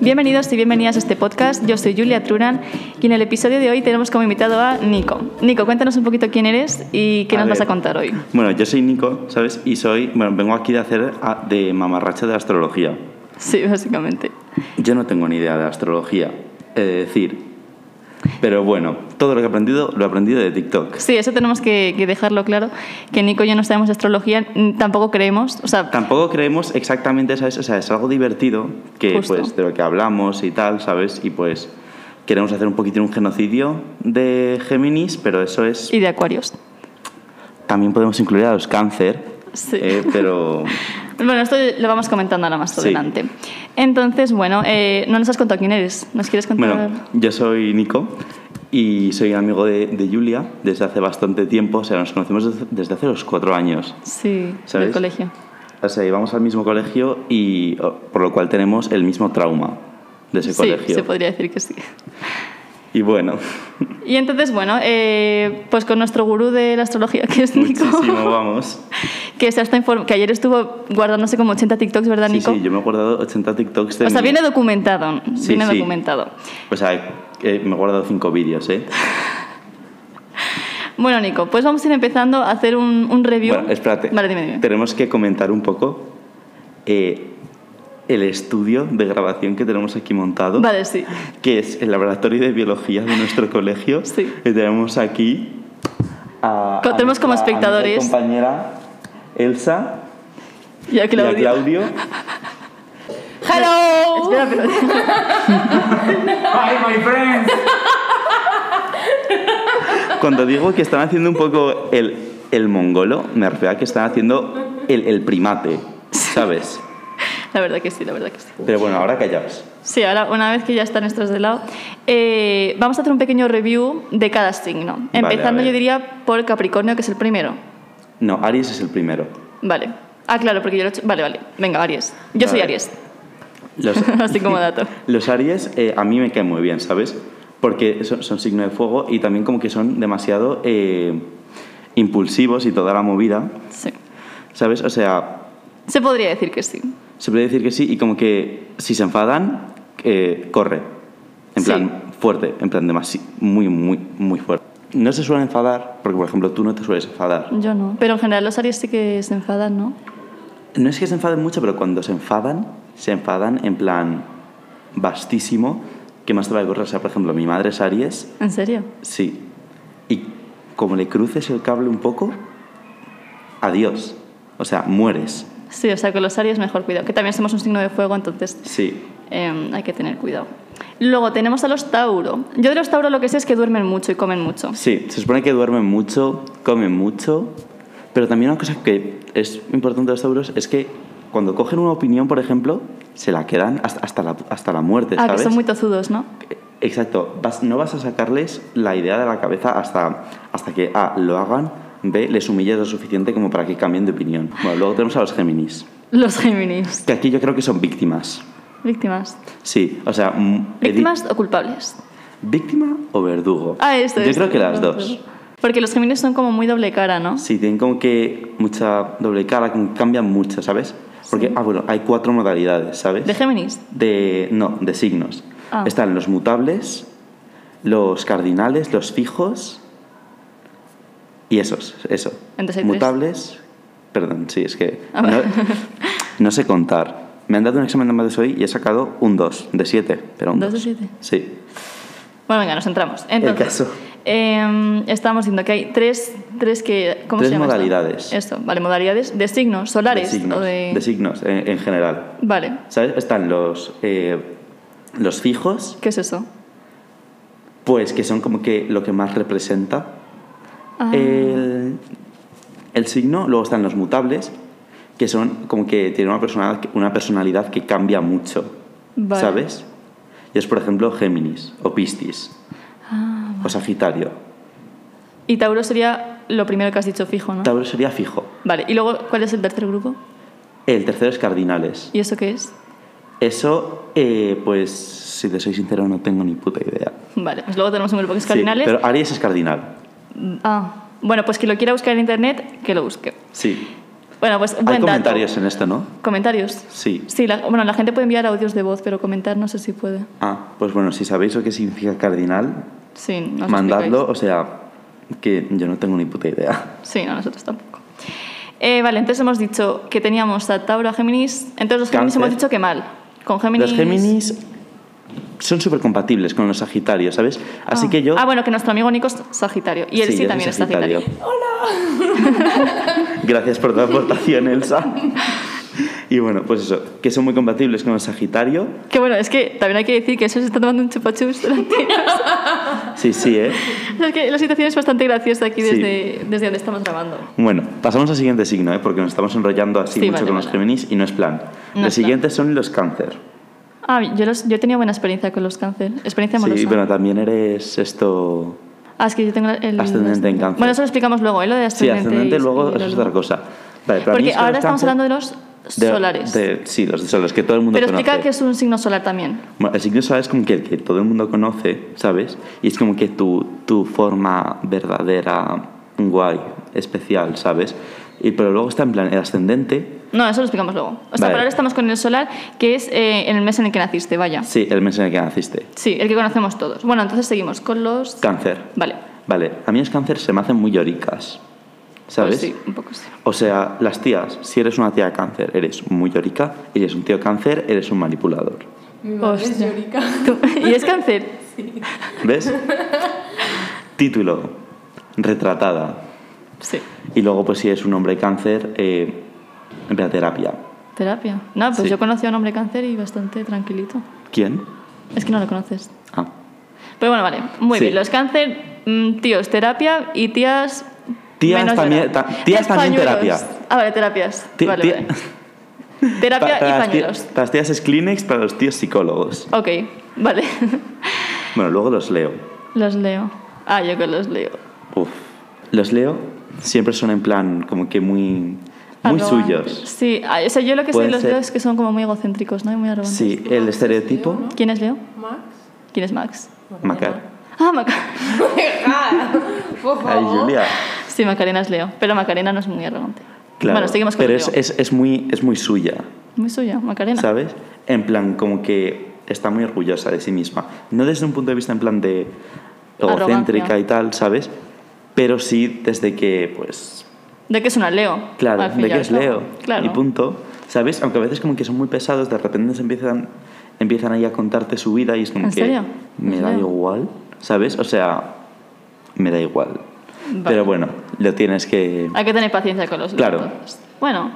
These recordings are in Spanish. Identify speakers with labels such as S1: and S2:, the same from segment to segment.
S1: Bienvenidos y bienvenidas a este podcast. Yo soy Julia Truran y en el episodio de hoy tenemos como invitado a Nico. Nico, cuéntanos un poquito quién eres y qué
S2: A
S1: nos vas
S2: ver.
S1: a contar hoy.
S2: Bueno, yo soy Nico, ¿sabes? Y soy, bueno, vengo aquí de hacer a- de mamarracha de astrología.
S1: Sí, básicamente.
S2: Yo no tengo ni idea de astrología, he de decir. Pero bueno, todo lo que he aprendido lo he aprendido de TikTok.
S1: Sí, eso tenemos que, que dejarlo claro, que Nico y yo no sabemos astrología, n- tampoco creemos, o sea,
S2: Tampoco creemos exactamente, ¿sabes? O sea, es algo divertido que,
S1: Justo.
S2: pues, de lo que hablamos y tal, ¿sabes? Y pues queremos hacer un poquitín un genocidio de Géminis, pero eso es...
S1: y de acuarios.
S2: También podemos incluir a los cáncer,
S1: Sí.
S2: eh, pero...
S1: Bueno, esto lo vamos comentando ahora más
S2: Sí.
S1: adelante. Entonces, bueno, eh, no nos has contado quién eres, ¿nos quieres contar?
S2: Bueno, yo soy Nico y soy amigo de, de Julia desde hace bastante tiempo. O sea, nos conocemos desde- desde hace los cuatro años.
S1: sí,
S2: ¿sabes?
S1: del colegio.
S2: O sea, íbamos al mismo colegio y o- por lo cual tenemos el mismo trauma de ese
S1: sí,
S2: colegio.
S1: se podría decir que sí.
S2: Y bueno,
S1: Y entonces, bueno, eh, pues con nuestro gurú de la astrología, que es Nico,
S2: muchísimo, vamos.
S1: que, se está inform- que ayer estuvo guardándose como 80 TikToks, ¿verdad,
S2: Sí,
S1: Nico?
S2: sí, yo me he guardado 80 TikToks de
S1: o sea,
S2: mi-
S1: viene documentado,
S2: Sí,
S1: viene
S2: sí.
S1: documentado.
S2: O sea, eh, me he guardado cinco vídeos, ¿eh?
S1: Bueno, Nico, pues vamos a ir empezando a hacer un, un review.
S2: Bueno, espérate.
S1: Vale, dime, dime.
S2: Tenemos que comentar un poco eh, el estudio de grabación que tenemos aquí montado.
S1: Vale, sí.
S2: que es el laboratorio de biología de nuestro colegio.
S1: Sí.
S2: Y tenemos aquí a.
S1: Co-
S2: a
S1: tenemos como
S2: nuestra amiga y
S1: espectadores.
S2: compañera Elsa
S1: Y a Claudio.
S2: y a Claudio.
S1: ¡Hello! Espera, pero...
S3: Hi, my friends.
S2: Cuando digo que están haciendo un poco el, el mongolo, me refiero a que están haciendo el, el primate, ¿sabes?
S1: La verdad que sí, la verdad que sí.
S2: Pero bueno, ahora callaos.
S1: Sí, ahora una vez que ya están estos de lado, eh, vamos a hacer un pequeño review de cada signo.
S2: a
S1: Empezando,
S2: ver.
S1: yo diría, por Capricornio, que es el primero.
S2: No, Aries es el primero.
S1: Vale. Ah, claro, porque yo lo he hecho- Vale, vale. Venga, Aries. Yo soy
S2: Vale.
S1: Aries.
S2: Los,
S1: Así como dato.
S2: los Aries eh, a mí me caen muy bien, ¿sabes? Porque son, son signo de fuego y también como que son demasiado eh, impulsivos y toda la movida.
S1: Sí.
S2: ¿Sabes? O sea,
S1: Se podría decir que sí.
S2: se puede decir que sí y como que si se enfadan, eh, corre. En
S1: Sí.
S2: plan, fuerte, en plan, demasi- muy, muy, muy fuerte. No se suelen enfadar, porque por ejemplo tú no te sueles enfadar.
S1: Yo no. Pero en general los Aries sí que se enfadan, ¿no?
S2: No es que se enfaden mucho, pero cuando se enfadan, se enfadan en plan vastísimo, que más te va a correr. O sea, por ejemplo, mi madre es Aries,
S1: ¿En serio?
S2: sí. Y como le cruces el cable un poco, adiós. O sea, mueres.
S1: Sí, o sea, con los Aries mejor cuidado. Que también somos un signo de fuego, entonces
S2: Sí.
S1: eh, hay que tener cuidado. Luego tenemos a los Tauro. Yo de los Tauro lo que sé es que duermen mucho y comen mucho.
S2: Sí, se supone que duermen mucho, comen mucho, pero también una cosa que es importante de los tauros es que cuando cogen una opinión, por ejemplo, se la quedan hasta, hasta, la, hasta la muerte,
S1: Ah,
S2: ¿sabes?
S1: que son muy tozudos, ¿no?
S2: Exacto, vas- no vas a sacarles la idea de la cabeza hasta, hasta que A, lo hagan, B, les humilles lo suficiente como para que cambien de opinión. Bueno, luego tenemos a los Géminis,
S1: Los Géminis.
S2: que aquí yo creo que son víctimas.
S1: Víctimas.
S2: Sí, o sea... mm, he di-
S1: ¿Víctimas o culpables?
S2: ¿Víctima o verdugo?
S1: Ah, esto
S2: Yo
S1: esto,
S2: creo que las
S1: esto,
S2: dos.
S1: esto. Porque los Géminis son como muy doble cara, ¿no?
S2: Sí, tienen como que mucha doble cara, como que cambian mucho, ¿sabes? Porque, ah, bueno, hay cuatro modalidades, ¿sabes?
S1: De Géminis.
S2: De- no, de signos.
S1: Ah.
S2: Están los mutables, los cardinales, los fijos y esos, eso.
S1: Entonces hay tres.
S2: mutables, perdón, sí, es que
S1: Ah,
S2: no,
S1: vale.
S2: no sé contar. Me han dado un examen de mates hoy y he sacado un 2 de 7, pero un
S1: ¿Dos
S2: 2.
S1: de siete?
S2: Sí.
S1: Bueno, venga, nos entramos. Entonces,
S2: caso.
S1: em, estamos diciendo que hay tres, tres que... ¿Cómo
S2: Tres
S1: se llama esto?
S2: modalidades.
S1: Esto? vale, modalidades de signos solares.
S2: de signos,
S1: o de...
S2: de signos en, en general.
S1: Vale,
S2: ¿Sabes? Están los, eh, los fijos,
S1: ¿qué es eso?
S2: Pues que son como que lo que más representa
S1: Ah,
S2: Eh, el, el signo. Luego están los mutables, que son como que tienen una personalidad, una personalidad que cambia mucho,
S1: Vale.
S2: ¿sabes? Y es, por ejemplo, Géminis o Piscis
S1: ah.
S2: o Sagitario.
S1: Y Tauro sería lo primero que has dicho fijo, ¿no?
S2: Tauro sería fijo.
S1: Vale, y luego, ¿cuál es el tercer grupo?
S2: El tercero es Cardinales.
S1: ¿Y eso qué es?
S2: Eso, eh, pues, si te soy sincero, no tengo ni puta idea.
S1: Vale, pues luego tenemos un grupo que es
S2: Sí,
S1: cardinales.
S2: pero Aries es cardinal.
S1: Ah, bueno, pues que lo quiera buscar en internet, que lo busque.
S2: Sí.
S1: Bueno, pues buen
S2: Hay
S1: dato.
S2: comentarios en esto, ¿no?
S1: ¿Comentarios?
S2: Sí.
S1: Sí, la- bueno, la gente puede enviar audios de voz, pero comentar no sé si puede.
S2: Ah, pues bueno, si sabéis lo que significa cardinal,
S1: Sí, nos
S2: mandadlo,
S1: explicáis.
S2: o sea, que yo no tengo ni puta idea.
S1: Sí, no, nosotros tampoco. Eh, vale, entonces hemos dicho que teníamos a Tauro, a Géminis. Entonces los Géminis
S2: Cáncer.
S1: hemos dicho que mal. Con Géminis...
S2: Los Géminis son súper compatibles con los Sagitarios, ¿sabes? Así
S1: Ah.
S2: que yo...
S1: Ah, bueno, que nuestro amigo Nico es Sagitario. Y él sí,
S2: yo soy
S1: también es Sagitario.
S2: ¡Hola! Gracias por tu aportación, Elsa. Y bueno, pues eso, que son muy compatibles con el Sagitario.
S1: Que bueno, es que también hay que decir que eso se está tomando un chupachups durante...
S2: Sí, sí, ¿eh?
S1: es que la situación es bastante graciosa aquí
S2: Sí.
S1: desde, desde donde estamos grabando.
S2: Bueno, pasamos al siguiente signo, ¿eh? Porque nos estamos enrollando así
S1: Sí,
S2: mucho
S1: vale,
S2: con
S1: vale.
S2: los Géminis y no es plan.
S1: No
S2: los
S1: es plan.
S2: siguientes son los Cáncer.
S1: Ah, yo, los- yo he tenido buena experiencia con los cáncer. Experiencia amorosa.
S2: Sí, bueno, también eres esto...
S1: Ah, es que yo tengo el...
S2: Ascendente en Cáncer.
S1: Bueno, eso lo explicamos luego, ¿eh? Lo de
S2: Sí,
S1: ascendente.
S2: ascendente
S1: y-
S2: luego
S1: y
S2: eso
S1: lo
S2: es
S1: lunar.
S2: otra cosa. Vale, para mí
S1: Porque
S2: es que los
S1: ahora estamos
S2: Cáncer-
S1: hablando de los
S2: de-
S1: solares.
S2: de- sí, los de solares, que todo el mundo
S1: Pero
S2: conoce.
S1: explica que es un signo solar también.
S2: Bueno, el signo solar es como que el que todo el mundo conoce, ¿sabes? Y es como que tu, tu forma verdadera, guay, especial, ¿sabes? Y, pero luego está en plan el ascendente,
S1: No, eso lo explicamos luego. O sea,
S2: Vale.
S1: por ahora estamos con el solar, que es eh, en el mes en el que naciste, vaya.
S2: sí, el mes en el que naciste.
S1: Sí, el que conocemos todos. Bueno, entonces seguimos con los...
S2: Cáncer.
S1: Vale.
S2: Vale, a mí los cáncer se me hacen muy lloricas, ¿sabes?
S1: Pues sí, un poco sí.
S2: O sea, las tías, si eres una tía cáncer, eres muy llorica, eres un tío cáncer, eres un manipulador.
S3: Mi madre es
S1: Hostia.
S3: llorica.
S1: Tú- ¿Y es cáncer?
S2: ¿Ves? Título, retratada.
S1: Sí.
S2: Y luego, pues si eres un hombre cáncer, eh, ve a terapia.
S1: Terapia. No, pues
S2: Sí.
S1: yo conocí a un hombre cáncer y bastante tranquilito.
S2: ¿Quién?
S1: Es que no lo conoces.
S2: Ah.
S1: Pero bueno, vale. Muy
S2: Sí.
S1: bien. Los cáncer, mm, tíos, terapia y tías...
S2: Tías
S1: menos
S2: también-
S1: llorar.
S2: ta- tías
S1: Es
S2: también
S1: pañuelos.
S2: terapia.
S1: Ah, vale, terapias.
S2: Ti-
S1: vale,
S2: ti-
S1: vale. Terapia
S2: Pa- para
S1: y
S2: las
S1: pañuelos.
S2: tías- para las tías es Kleenex, para los tíos psicólogos.
S1: Ok, vale.
S2: Bueno, luego los leo.
S1: los leo. Ah, yo que los leo.
S2: Uf. Los leo siempre son en plan como que muy, muy
S1: Arrogantes.
S2: suyos.
S1: Sí, ah, o sea, yo lo que sé de
S2: Pueden
S1: los
S2: ser-
S1: leo es que son como muy egocéntricos, ¿no? Y muy arrogantes.
S2: Sí, el estereotipo...
S3: ¿no?
S1: ¿Quién es Leo?
S3: Max.
S1: ¿Quién es Max?
S2: Macar.
S1: Ah, Macarena.
S3: Deja, Por favor.
S2: Ay, Julia.
S1: Sí, Macarena es Leo, pero Macarena no es muy arrogante.
S2: Claro,
S1: bueno, seguimos con
S2: pero
S1: Leo.
S2: es, es, es muy, es muy suya,
S1: Muy suya, Macarena.
S2: ¿sabes? En plan, como que está muy orgullosa de sí misma. No desde un punto de vista en plan de egocéntrica
S1: Arrogancia.
S2: y tal, ¿sabes? Pero sí desde que, pues,
S1: De que es una Leo. al
S2: Claro,
S1: fin
S2: de
S1: y al
S2: que es
S1: cabo.
S2: Leo.
S1: Claro.
S2: Y punto. ¿Sabes? Aunque a veces como que son muy pesados, de repente se empiezan, empiezan ahí a contarte su vida y es como
S1: ¿En
S2: que
S1: serio?
S2: me
S1: Es
S2: da
S1: Leo.
S2: igual, ¿sabes? O sea, me da igual.
S1: Vale.
S2: Pero bueno, lo tienes que...
S1: Hay que tener paciencia con los Leo,
S2: Claro.
S1: entonces. Bueno.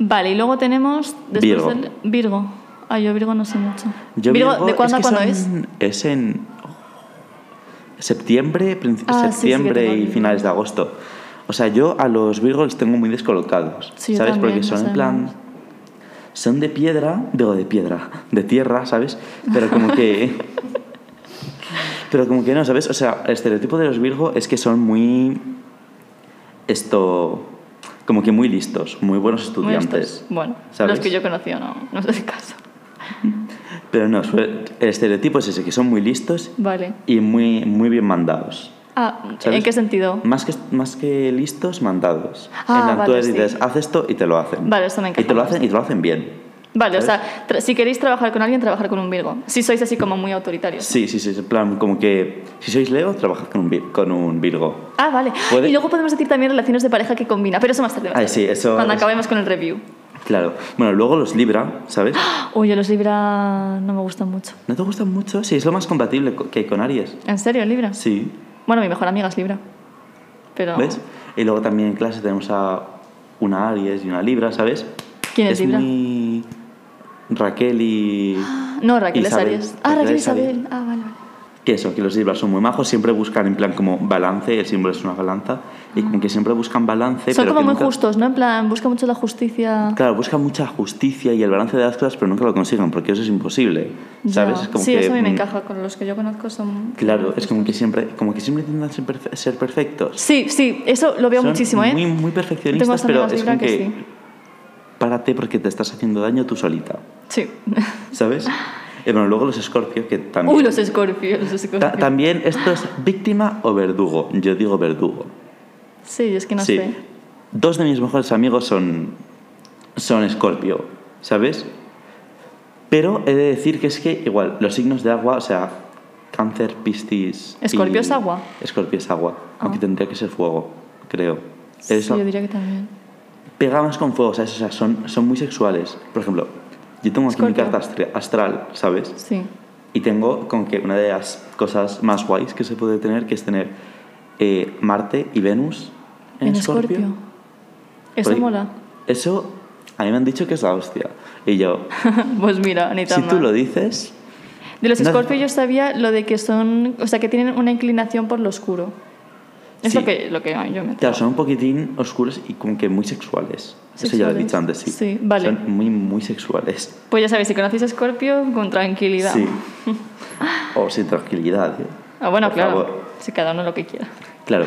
S1: Vale, y luego tenemos. después
S2: Virgo.
S1: del- Virgo. Ah, yo Virgo no sé mucho.
S2: Yo
S1: Virgo,
S2: Virgo,
S1: ¿de cuándo a
S2: es que
S1: cuándo es?
S2: son- Es en septiembre, princi-
S1: Ah, sí, sí, que
S2: septiembre
S1: tengo
S2: y
S1: aquí.
S2: finales de agosto. O sea, yo a los Virgo los tengo muy descolocados,
S1: Sí, yo
S2: ¿sabes?
S1: también,
S2: Porque son
S1: los
S2: en plan...
S1: además.
S2: Son de piedra, digo de piedra, de tierra, ¿sabes? Pero como que... pero como que no, ¿sabes? O sea, el estereotipo de los Virgo es que son muy... Esto... Como que muy listos, muy buenos
S1: Muy
S2: estudiantes.
S1: estos. Bueno,
S2: ¿sabes?
S1: los que yo conocía no, no es el caso.
S2: Pero no, su- el estereotipo es ese, que son muy listos
S1: Vale.
S2: y muy, muy bien mandados.
S1: Ah,
S2: ¿sabes?
S1: ¿en qué sentido?
S2: Más que, más que listos, mandados.
S1: Ah,
S2: en plan, tú
S1: vale,
S2: les dices,
S1: sí.
S2: haz esto y te lo hacen.
S1: Vale, esto me
S2: Y te lo
S1: encaja
S2: hacen, y te lo hacen bien.
S1: Vale, o
S2: ¿sabes?
S1: sea, tra- si queréis trabajar con alguien, trabajar con un Virgo. Si sois así como muy autoritarios.
S2: Sí, sí, sí. En plan, como que si sois Leo, trabajad con un, vir- con un Virgo.
S1: Ah, vale.
S2: Puede-
S1: Y luego podemos decir también relaciones de pareja que combina, pero eso más tarde. más
S2: Ay,
S1: tarde,
S2: sí, eso
S1: Cuando
S2: es-
S1: acabemos con el review.
S2: Claro. Bueno, luego los Libra, ¿sabes?
S1: Uy, yo los Libra no me gustan mucho.
S2: ¿No te gustan mucho? Sí, es lo más compatible co- que hay con Aries.
S1: ¿En serio, Libra?
S2: Sí.
S1: Bueno, mi mejor amiga es Libra. Pero...
S2: ¿Ves? Y luego también en clase tenemos a una Aries y una Libra, ¿sabes?
S1: ¿Quién es Libra? Ah,
S2: muy Raquel y...
S1: No, Raquel
S2: Isabel.
S1: es Aries. Ah, Raquel
S2: Raquel
S1: Isabel.
S2: Isabel.
S1: Ah, vale, vale.
S2: que eso, que los libras son muy majos, siempre buscan en plan como balance, el símbolo es una balanza, y como que siempre buscan balance.
S1: Son
S2: pero
S1: como
S2: que
S1: muy
S2: nunca-
S1: justos, ¿no? En plan, busca mucho la justicia.
S2: Claro, buscan mucha justicia y el balance de las cosas, pero nunca lo consiguen, porque eso es imposible, ¿sabes?
S1: Ya.
S2: Es como
S1: sí,
S2: que,
S1: eso a mí me
S2: mm,
S1: encaja. Con los que yo conozco son...
S2: Claro, es como que siempre, como que siempre intentan ser, perfe- ser perfectos.
S1: Sí, sí, eso lo veo
S2: Son
S1: muchísimo, ¿eh?
S2: Muy, muy
S1: Tengo
S2: perfeccionistas, pero
S1: amigas
S2: es
S1: Libra
S2: como que,
S1: que
S2: párate porque te estás haciendo daño tú solita,
S1: Sí.
S2: ¿sabes? Y bueno, luego los escorpios, que también...
S1: Uy, los escorpios, los
S2: ta-
S1: escorpios.
S2: también esto es víctima o verdugo. Yo digo verdugo.
S1: Sí, es que no
S2: sí.
S1: sé.
S2: dos de mis mejores amigos son, son Scorpio, ¿sabes? Pero he de decir que es que igual, los signos de agua, o sea, cáncer, piscis... y-
S1: ¿Escorpio es agua? Ah.
S2: Escorpio es agua, aunque tendría que ser fuego, creo.
S1: Sí,
S2: Eres-
S1: yo diría que también.
S2: pega más con fuego, ¿sabes? O sea, son, son muy sexuales. Por ejemplo, yo tengo aquí mi
S1: Escorpio.
S2: carta astre- astral, ¿sabes?
S1: Sí.
S2: Y tengo con que una de las cosas más guays que se puede tener, que es tener eh, Marte y Venus en, Escorpio.
S1: Eso
S2: Oye,
S1: mola.
S2: Eso, a mí me han dicho que es la hostia. Y yo,
S1: pues mira, ni tan
S2: si tú
S1: mal.
S2: lo dices,
S1: De los
S2: No-
S1: escorpios yo sabía lo de que son, o sea, que tienen una inclinación por lo oscuro. Es
S2: Sí.
S1: lo que, lo que yo me
S2: claro, son un poquitín oscuros y como que muy sexuales. Eso ya lo
S1: Sexuales.
S2: he dicho antes, sí.
S1: Sí, vale.
S2: Son muy, muy sexuales.
S1: Pues ya sabéis, si conocéis a Escorpio, con tranquilidad.
S2: Sí. o sin tranquilidad, ¿eh?
S1: Ah, bueno,
S2: Por
S1: claro.
S2: favor.
S1: Si cada uno lo que quiera.
S2: Claro.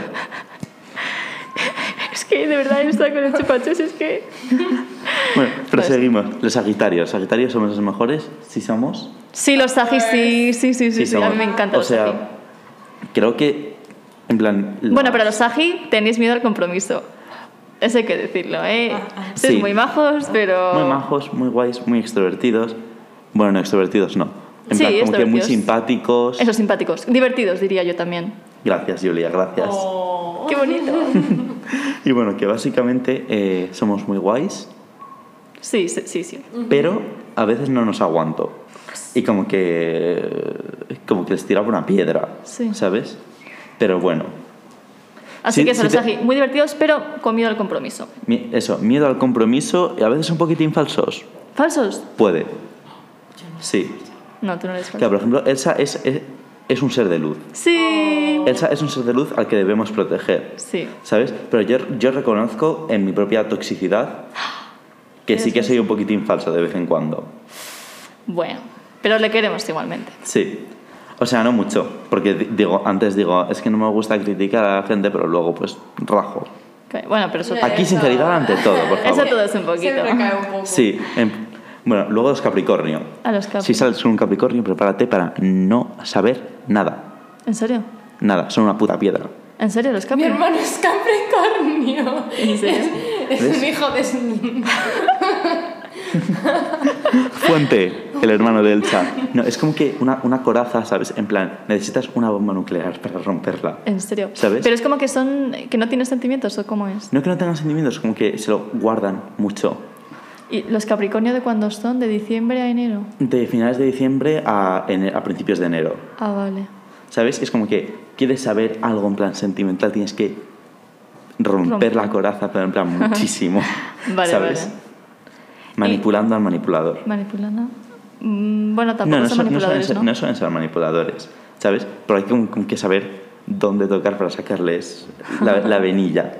S1: Es que de verdad yo estaba con el chupachos, es que.
S2: Bueno,
S1: Pues
S2: proseguimos. Los Sagitarios. Sagitarios somos los mejores, sí somos.
S1: Sí, los Sagis, sí, sí, sí, sí, sí,
S2: somos.
S1: a mí me encantan
S2: O
S1: los Sagis.
S2: sea, creo que. En plan.
S1: Bueno,
S2: las-
S1: pero los Sagis tenéis miedo al compromiso. Eso hay que decirlo, ¿eh? Sois
S2: Sí.
S1: muy majos, pero.
S2: Muy majos, muy guays, muy extrovertidos. Bueno, no extrovertidos, no. En
S1: Sí,
S2: plan, como que muy
S1: extrovertidos.
S2: simpáticos.
S1: Esos simpáticos. Divertidos, diría yo también.
S2: Gracias, Julia, gracias.
S1: Qué bonito.
S2: Y bueno, que básicamente eh, somos muy guays,
S1: Sí, sí, sí. sí.
S2: pero a veces no nos aguanto. Y como que. Como que les tiraba una piedra,
S1: Sí.
S2: ¿sabes? Pero bueno.
S1: Así
S2: Sí,
S1: que eso,
S2: sí
S1: los
S2: te-
S1: Sagis, muy divertidos, pero con miedo al compromiso.
S2: mi- Eso, miedo al compromiso y a veces un poquitín falsos.
S1: ¿Falsos?
S2: Puede. Sí.
S1: No, tú no eres falso.
S2: Claro, por ejemplo, Elsa es, es, es un ser de luz.
S1: Sí.
S2: Elsa es un ser de luz al que debemos proteger.
S1: Sí.
S2: ¿Sabes? Pero yo, yo reconozco en mi propia toxicidad que sí que soy un poquitín falso de vez en cuando.
S1: Bueno, pero le queremos igualmente.
S2: Sí. O sea, no mucho. Porque di- digo, antes digo, es que no me gusta criticar a la gente, pero luego pues rajo.
S1: Ok, Bueno, pero eso.
S3: Eh,
S2: Aquí sinceridad ante todo, por
S1: Eso
S2: favor.
S1: todo es un poquito.
S3: Siempre cae un poco.
S2: Sí. en- bueno, luego los Capricornio.
S1: A los capos.
S2: Si sales con un Capricornio, prepárate para no saber nada.
S1: ¿En serio?
S2: Nada, son una puta piedra.
S1: ¿En serio los
S3: Mi
S1: capos?
S3: hermano es Capricornio.
S1: ¿En serio?
S3: Es
S2: ¿Ves?
S3: un hijo de su-
S2: Fuente, el hermano de Elsa. No, es como que una, una coraza, ¿sabes? En plan, necesitas una bomba nuclear para romperla.
S1: En serio.
S2: ¿Sabes?
S1: Pero es como que son que no tienen sentimientos o cómo es.
S2: No que no tengan sentimientos, como que se lo guardan mucho.
S1: ¿Y los Capricornio de cuándo son? ¿De diciembre a enero?
S2: De finales de diciembre a, ene- a principios de enero.
S1: Ah, vale.
S2: ¿Sabes? Es como que quieres saber algo en plan sentimental, tienes que romper,
S1: Romper.
S2: la coraza, pero en plan muchísimo.
S1: Vale,
S2: ¿Sabes?
S1: vale.
S2: Manipulando al manipulador.
S1: Manipulando. Mm, bueno, tampoco son
S2: son- suelen
S1: manipuladores,
S2: ser,
S1: ¿no?
S2: no suelen ser manipuladores, ¿sabes? Pero hay como- como que saber dónde tocar para sacarles la, la venilla,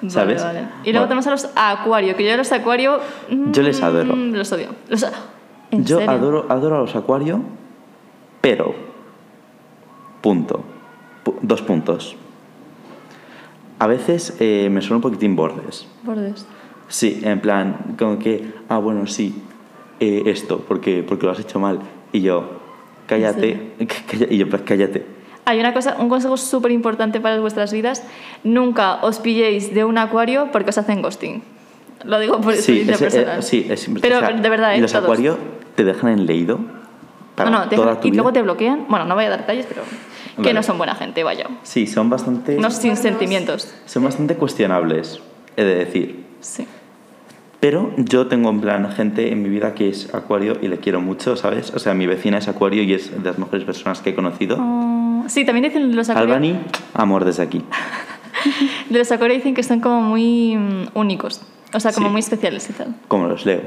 S1: Vale,
S2: ¿sabes?
S1: vale. Y luego
S2: Bueno,
S1: tenemos a los Acuario, que yo a los Acuario. mm,
S2: Yo les adoro.
S1: Los odio. Los- ¿En
S2: Yo
S1: serio?
S2: adoro, adoro a los acuarios, pero... Punto. Pu- dos puntos. A veces eh, me suenan un poquitín bordes.
S1: Bordes.
S2: Sí, en plan, como que, ah, bueno, sí, eh, esto, porque, porque lo has hecho mal. Y yo, cállate, calla- y yo, en plan, cállate.
S1: Hay una cosa, un consejo súper importante para vuestras vidas. Nunca os pilléis de un acuario porque os hacen ghosting. Lo digo por experiencia
S2: ese- eh,
S1: personal.
S2: sí, es-
S1: Pero
S2: o sea,
S1: de verdad,
S2: y
S1: ¿eh?
S2: los
S1: Todos.
S2: acuarios te dejan en leído para
S1: no, no, te
S2: toda
S1: dejan-
S2: tu
S1: y
S2: vida.
S1: luego te bloquean. Bueno, no voy a dar detalles, pero que
S2: Vale.
S1: no son buena gente, vaya.
S2: Sí, son bastante,
S1: No sin sentimientos.
S2: son bastante cuestionables, he de decir.
S1: Sí.
S2: Pero yo tengo en plan gente en mi vida que es acuario y le quiero mucho, ¿sabes? O sea, mi vecina es acuario y es de las mejores personas que he conocido.
S1: Ah, sí, también dicen los acuarios.
S2: Albany, amor desde aquí.
S1: De los acuarios dicen que son como muy mm, únicos. O sea, como
S2: Sí.
S1: muy especiales y tal.
S2: Como los leo.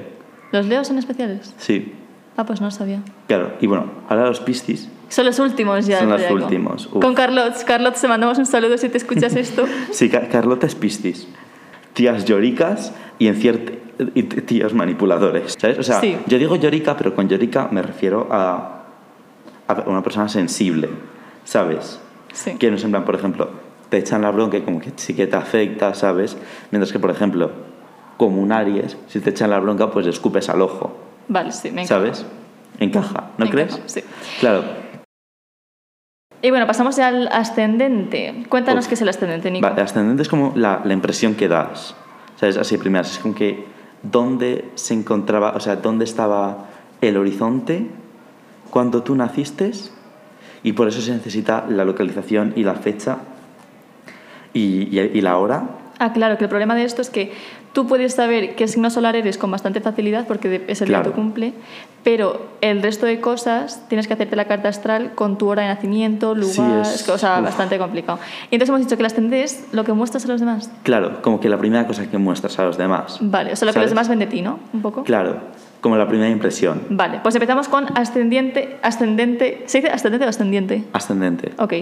S1: ¿Los leos son especiales?
S2: Sí,
S1: Ah, pues no lo sabía.
S2: claro. Y bueno, ahora los piscis.
S1: Son los últimos ya.
S2: Son
S1: del
S2: los
S1: zodiaco.
S2: últimos, uf.
S1: Con Carlot. Carlot, se mandamos un saludo si te escuchas esto.
S2: Sí, Ca- Carlota es piscis. Tías lloricas y en cierto y t- tíos manipuladores, ¿sabes? O sea,
S1: Sí.
S2: yo digo llorica, pero con llorica me refiero a, a una persona sensible, ¿sabes?
S1: Sí.
S2: Que no es en plan, por ejemplo, te echan la bronca y como que sí que te afecta, ¿sabes? Mientras que, por ejemplo, como un Aries, si te echan la bronca, pues escupes al ojo,
S1: Vale, sí, me encanta.
S2: ¿sabes? Encaja, ¿no
S1: Me
S2: crees?
S1: encanta, sí.
S2: Claro,
S1: Y bueno, pasamos ya al ascendente. Cuéntanos
S2: Uf.
S1: qué es el ascendente, Nico.
S2: Vale, ascendente es como la, la impresión que das. ¿sabes? Así de primeras, es como que dónde se encontraba, o sea, dónde estaba el horizonte cuando tú naciste y por eso se necesita la localización y la fecha y, y- y la hora.
S1: Ah, claro, que el problema de esto es que tú puedes saber qué signo solar eres con bastante facilidad porque de- es el día de tu
S2: Claro.
S1: cumple, pero el resto de cosas tienes que hacerte la carta astral con tu hora de nacimiento,
S2: Sí,
S1: lugar,
S2: es-
S1: es que, o sea,
S2: uf.
S1: bastante complicado. Y entonces hemos dicho que las tendencias lo que muestras a los demás.
S2: Claro, como que la primera cosa que muestras a los demás.
S1: Vale, o sea, lo que los
S2: ¿sabes?
S1: demás ven de ti, ¿no? Un poco.
S2: Claro, como la primera impresión,
S1: Vale, pues empezamos con ascendiente, ascendente. ¿Se dice ascendente o ascendiente?
S2: ascendente.
S1: Ok.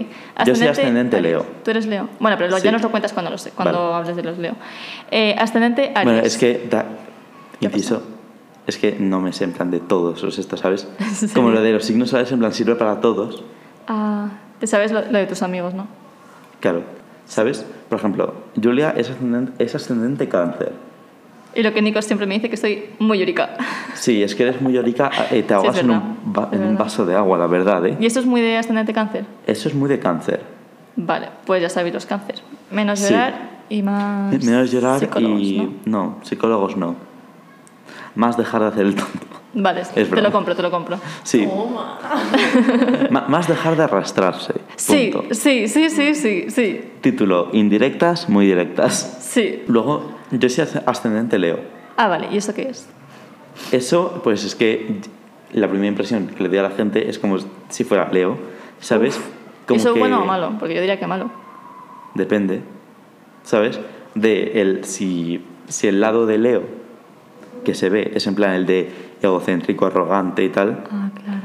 S2: Yo soy ascendente
S1: Aries.
S2: Leo.
S1: Tú eres Leo. Bueno, pero lo-
S2: Sí.
S1: ya nos lo cuentas cuando, lo sé- cuando
S2: Vale.
S1: hables de los Leo. Eh, ascendente Aries.
S2: Bueno, es que, da,
S1: ¿Qué
S2: inciso, es que no me sé en plan de todos los estos, ¿sabes?
S1: ¿En serio?
S2: Como lo de los signos solares en plan sirve para todos,
S1: Ah, te sabes lo, lo de tus amigos, ¿no?
S2: claro, ¿sabes? Por ejemplo, Julia es ascendente, es ascendente cáncer.
S1: Y lo que Nico siempre me dice que soy muy yurica.
S2: Sí, es que eres muy orica, eh, te ahogas en,
S1: verdad,
S2: un, va-
S1: es
S2: en un
S1: verdad.
S2: vaso de agua, la verdad, ¿eh?
S1: ¿Y esto es muy de ascendente cáncer?
S2: Eso es muy de cáncer.
S1: Vale, pues ya sabéis los cáncer. Menos
S2: Sí. Eh,
S1: llorar y más.
S2: Menos llorar
S1: Ah, psicólogos,
S2: y...
S1: ¿no?
S2: no, psicólogos no. Más dejar de hacer el tonto.
S1: Vale, te
S2: broma.
S1: lo compro, te lo compro.
S2: Sí,
S3: Toma.
S2: Ma- más dejar de arrastrarse.
S1: Sí,
S2: punto.
S1: sí, sí, sí, sí, sí.
S2: Título, indirectas, muy directas.
S1: Sí.
S2: Luego, yo soy as- ascendente Leo.
S1: Ah, vale, ¿y eso qué es?
S2: Eso, pues es que la primera impresión que le doy a la gente es como si fuera Leo, ¿sabes? Como
S1: ¿Eso
S2: que-
S1: es bueno o malo? Porque yo diría que malo.
S2: Depende, ¿sabes? De el, si, si el lado de Leo que se ve es en plan el de egocéntrico, arrogante y tal,
S1: Ah, claro.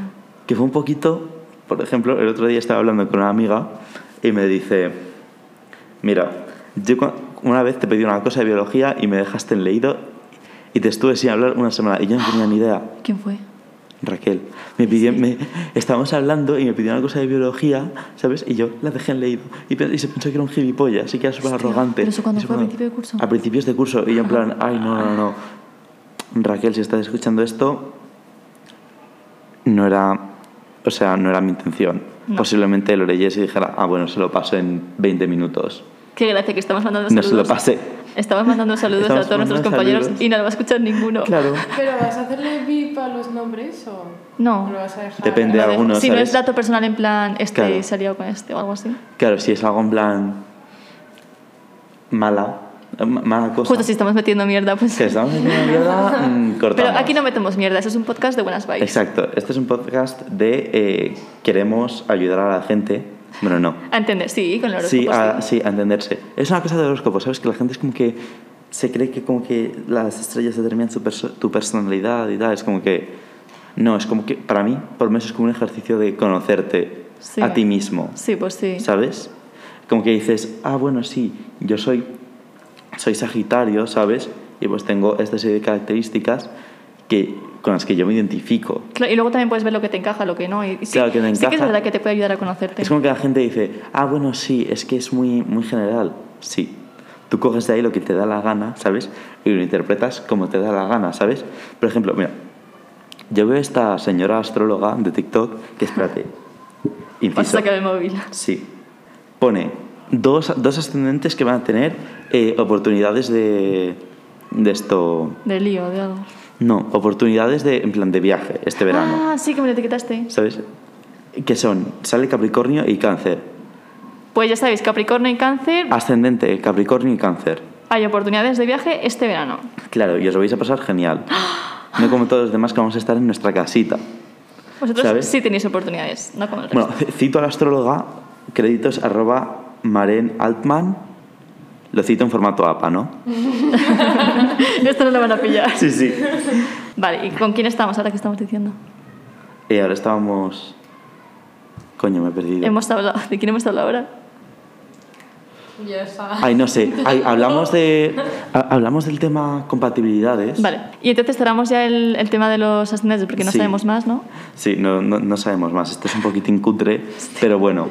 S2: que fue un poquito, por ejemplo, el otro día estaba hablando con una amiga y me dice, mira, yo cua- una vez te pedí una cosa de biología y me dejaste en leído y te estuve sin hablar una semana y yo no tenía ni idea.
S1: ¿Quién fue?
S2: Raquel, me pidió, me, estábamos hablando y me pidió una cosa de biología, ¿sabes? Y yo la dejé en leído. Y, pe- y se pensó que era un gilipollas, así que era súper
S1: Hostia,
S2: arrogante.
S1: ¿pero eso cuándo
S2: Y
S1: fue? ¿A
S2: súper-
S1: principio de curso?
S2: A principios de curso. Y yo en plan, ay, no, no, no. Raquel, si estás escuchando esto, no era, o sea, no era mi intención.
S1: No.
S2: Posiblemente lo leyese y dijera, ah, bueno, se lo paso en 20 minutos.
S1: Qué gracia que estamos mandando
S2: No
S1: saludos.
S2: se lo pasé.
S1: Estamos mandando saludos
S2: Estamos
S1: a todos nuestros
S2: mandando
S1: compañeros
S2: saludos.
S1: y no lo va a escuchar ninguno.
S2: Claro.
S3: ¿Pero vas a hacerle VIP a los nombres o
S1: No.
S3: lo vas a dejar?
S2: Depende,
S1: Lo dejo.
S2: algunos,
S1: Si no
S2: ¿sabes?
S1: es dato personal en plan, este
S2: Claro.
S1: se ha liado con este o algo así.
S2: Claro, si es algo en plan mala, eh, ma- mala cosa.
S1: Justo si estamos metiendo mierda, pues...
S2: Que estamos en una mierda, mm,
S1: Pero
S2: cortamos.
S1: aquí no metemos mierda, eso es un podcast de buenas vibes.
S2: Exacto, este es un podcast de eh, queremos ayudar a la gente. Bueno, no.
S1: A entender, sí, con los
S2: Sí a, sí, a entenderse. Es una cosa de horóscopo, ¿sabes? Que la gente es como que se cree que como que las estrellas determinan tu, perso- tu personalidad y tal. Es como que... No, es como que para mí, por lo menos es como un ejercicio de conocerte
S1: Sí.
S2: a ti mismo.
S1: Sí, pues sí.
S2: ¿sabes? Como que dices, ah, bueno, sí, yo soy, soy Sagitario, ¿sabes? Y pues tengo esta serie de características que, con las que yo me identifico.
S1: Claro, y luego también puedes ver lo que te encaja, lo que no. Y, y sí,
S2: Claro, que me
S1: sí que es
S2: encaja.
S1: verdad que te puede ayudar a conocerte.
S2: Es como que la gente dice, ah, bueno, sí, es que es muy, muy general. Sí. Tú coges de ahí lo que te da la gana, ¿sabes? Y lo interpretas como te da la gana, ¿sabes? Por ejemplo, mira, yo veo a esta señora astróloga de TikTok que, espérate,
S1: Vas a
S2: inciso,
S1: sacar el móvil.
S2: Sí. Pone dos, dos ascendentes que van a tener eh, oportunidades de, de esto.
S1: De lío, de algo.
S2: No, oportunidades de, en plan de viaje este verano.
S1: Ah, sí, que me lo etiquetaste.
S2: ¿Sabes? Que son, sale Capricornio y Cáncer.
S1: Pues ya sabéis, Capricornio y Cáncer,
S2: Ah. Ascendente, Capricornio y Cáncer.
S1: hay oportunidades de viaje este verano.
S2: Claro, y os lo vais a pasar genial. No como todos los demás que vamos a estar en nuestra casita.
S1: Vosotros
S2: ¿Sabes?
S1: sí tenéis oportunidades, no como el resto.
S2: Bueno, c- cito a la astróloga, créditos arroba Maren Altman. Lo cito en formato APA, ¿no?
S1: Esto no lo van a pillar.
S2: Sí, sí.
S1: Vale, ¿y con quién estamos ahora que estamos diciendo?
S2: Y Eh, ahora estábamos. Coño, me he perdido.
S1: Hemos hablado, ¿De quién hemos hablado ahora?
S3: Ya está.
S2: Ay, no sé. Ay, hablamos de. ha- Hablamos del tema compatibilidades.
S1: Vale, y entonces cerramos ya el, el tema de los ascendentes porque no
S2: Pues- Sí.
S1: sabemos más, ¿no?
S2: Sí, no, no, no sabemos más. Esto es un poquitín cutre, pero bueno,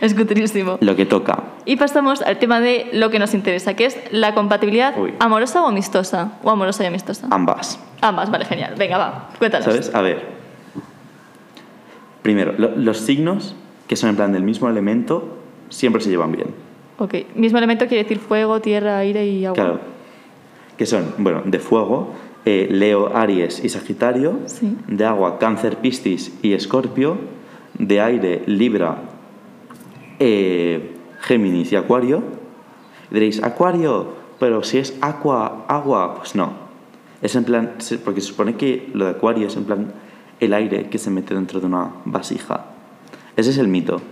S1: Es cutrísimo.
S2: lo que toca.
S1: Y pasamos al tema de lo que nos interesa, que es la compatibilidad
S2: Uy.
S1: amorosa o amistosa. O amorosa y amistosa.
S2: Ambas.
S1: Ambas, vale, genial. Venga, va, cuéntanos.
S2: ¿Sabes? A ver. Primero, lo- los signos que son en plan del mismo elemento siempre se llevan bien.
S1: Ok, mismo elemento quiere decir fuego, tierra, aire y agua.
S2: Claro. que son, bueno, de fuego, eh, Leo, Aries y Sagitario,
S1: Sí.
S2: de agua, Cáncer, Piscis y Escorpio, de aire, Libra, eh, Géminis y Acuario. Y diréis, Acuario, pero si es agua, agua, pues no. Es en plan, se- porque se supone que lo de Acuario es en plan el aire que se mete dentro de una vasija. Ese es el mito.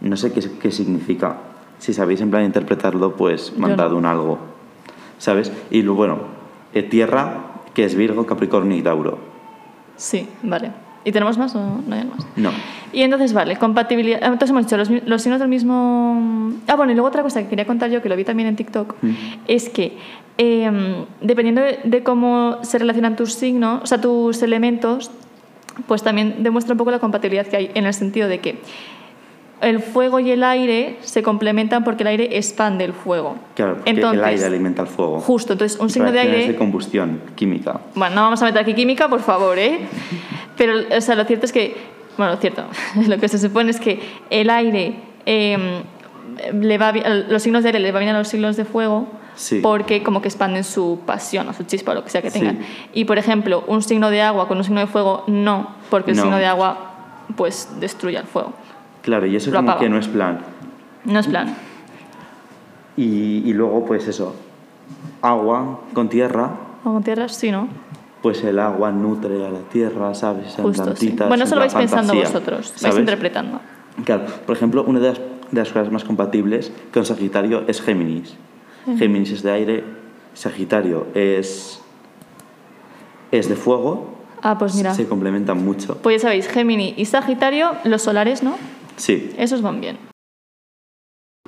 S2: No sé qué, qué significa. Si sabéis en plan interpretarlo, pues
S1: Yo no.
S2: mandad un algo. ¿Sabes? Y lu- bueno, eh, tierra, que es Virgo, Capricornio y Tauro.
S1: Sí, vale. ¿Y tenemos más o no hay más?
S2: No.
S1: Y entonces, vale, compatibilidad. ah, Entonces hemos dicho los, mi- los signos del mismo. Ah, bueno, y luego otra cosa que quería contar yo, que lo vi también en TikTok,
S2: Mm.
S1: es que eh, dependiendo de, de cómo se relacionan tus signos, o sea, tus elementos, pues también demuestra un poco la compatibilidad que hay en el sentido de que el fuego y el aire se complementan porque el aire expande el fuego.
S2: Claro, porque el aire alimenta el fuego.
S1: Justo, entonces un signo de
S2: Reacciones
S1: aire.
S2: de combustión química.
S1: Bueno, no vamos a meter aquí química, por favor, ¿eh? Pero, o sea, lo cierto es que, bueno, lo cierto, lo que se supone es que el aire, eh, le va, bi- los signos de aire le va bien a los signos de fuego
S2: Sí.
S1: porque como que expanden su pasión o su chispa o lo que sea que
S2: Sí.
S1: tengan. Y, por ejemplo, un signo de agua con un signo de fuego, no, porque el
S2: No.
S1: signo de agua, pues, destruye el fuego.
S2: Claro, y eso
S1: Lo
S2: como
S1: apaga.
S2: que no es plan.
S1: No es plan.
S2: Y, y luego, pues eso, agua con tierra,
S1: ¿O con tierra? Sí, ¿no?
S2: pues el agua nutre a la tierra, ¿sabes? En
S1: Justo, sí.
S2: plantitas,
S1: Bueno, eso
S2: en
S1: lo vais
S2: la
S1: pensando
S2: fantasía,
S1: vosotros, vais
S2: ¿sabes?
S1: interpretando.
S2: Claro, por ejemplo, una de las, de las cosas más compatibles con Sagitario es Géminis. Géminis es de aire, Sagitario es, es de fuego,
S1: Ah, pues mira.
S2: se complementan mucho.
S1: Pues ya sabéis, Gemini y Sagitario, los solares, ¿no?
S2: Sí,
S1: Esos van bien.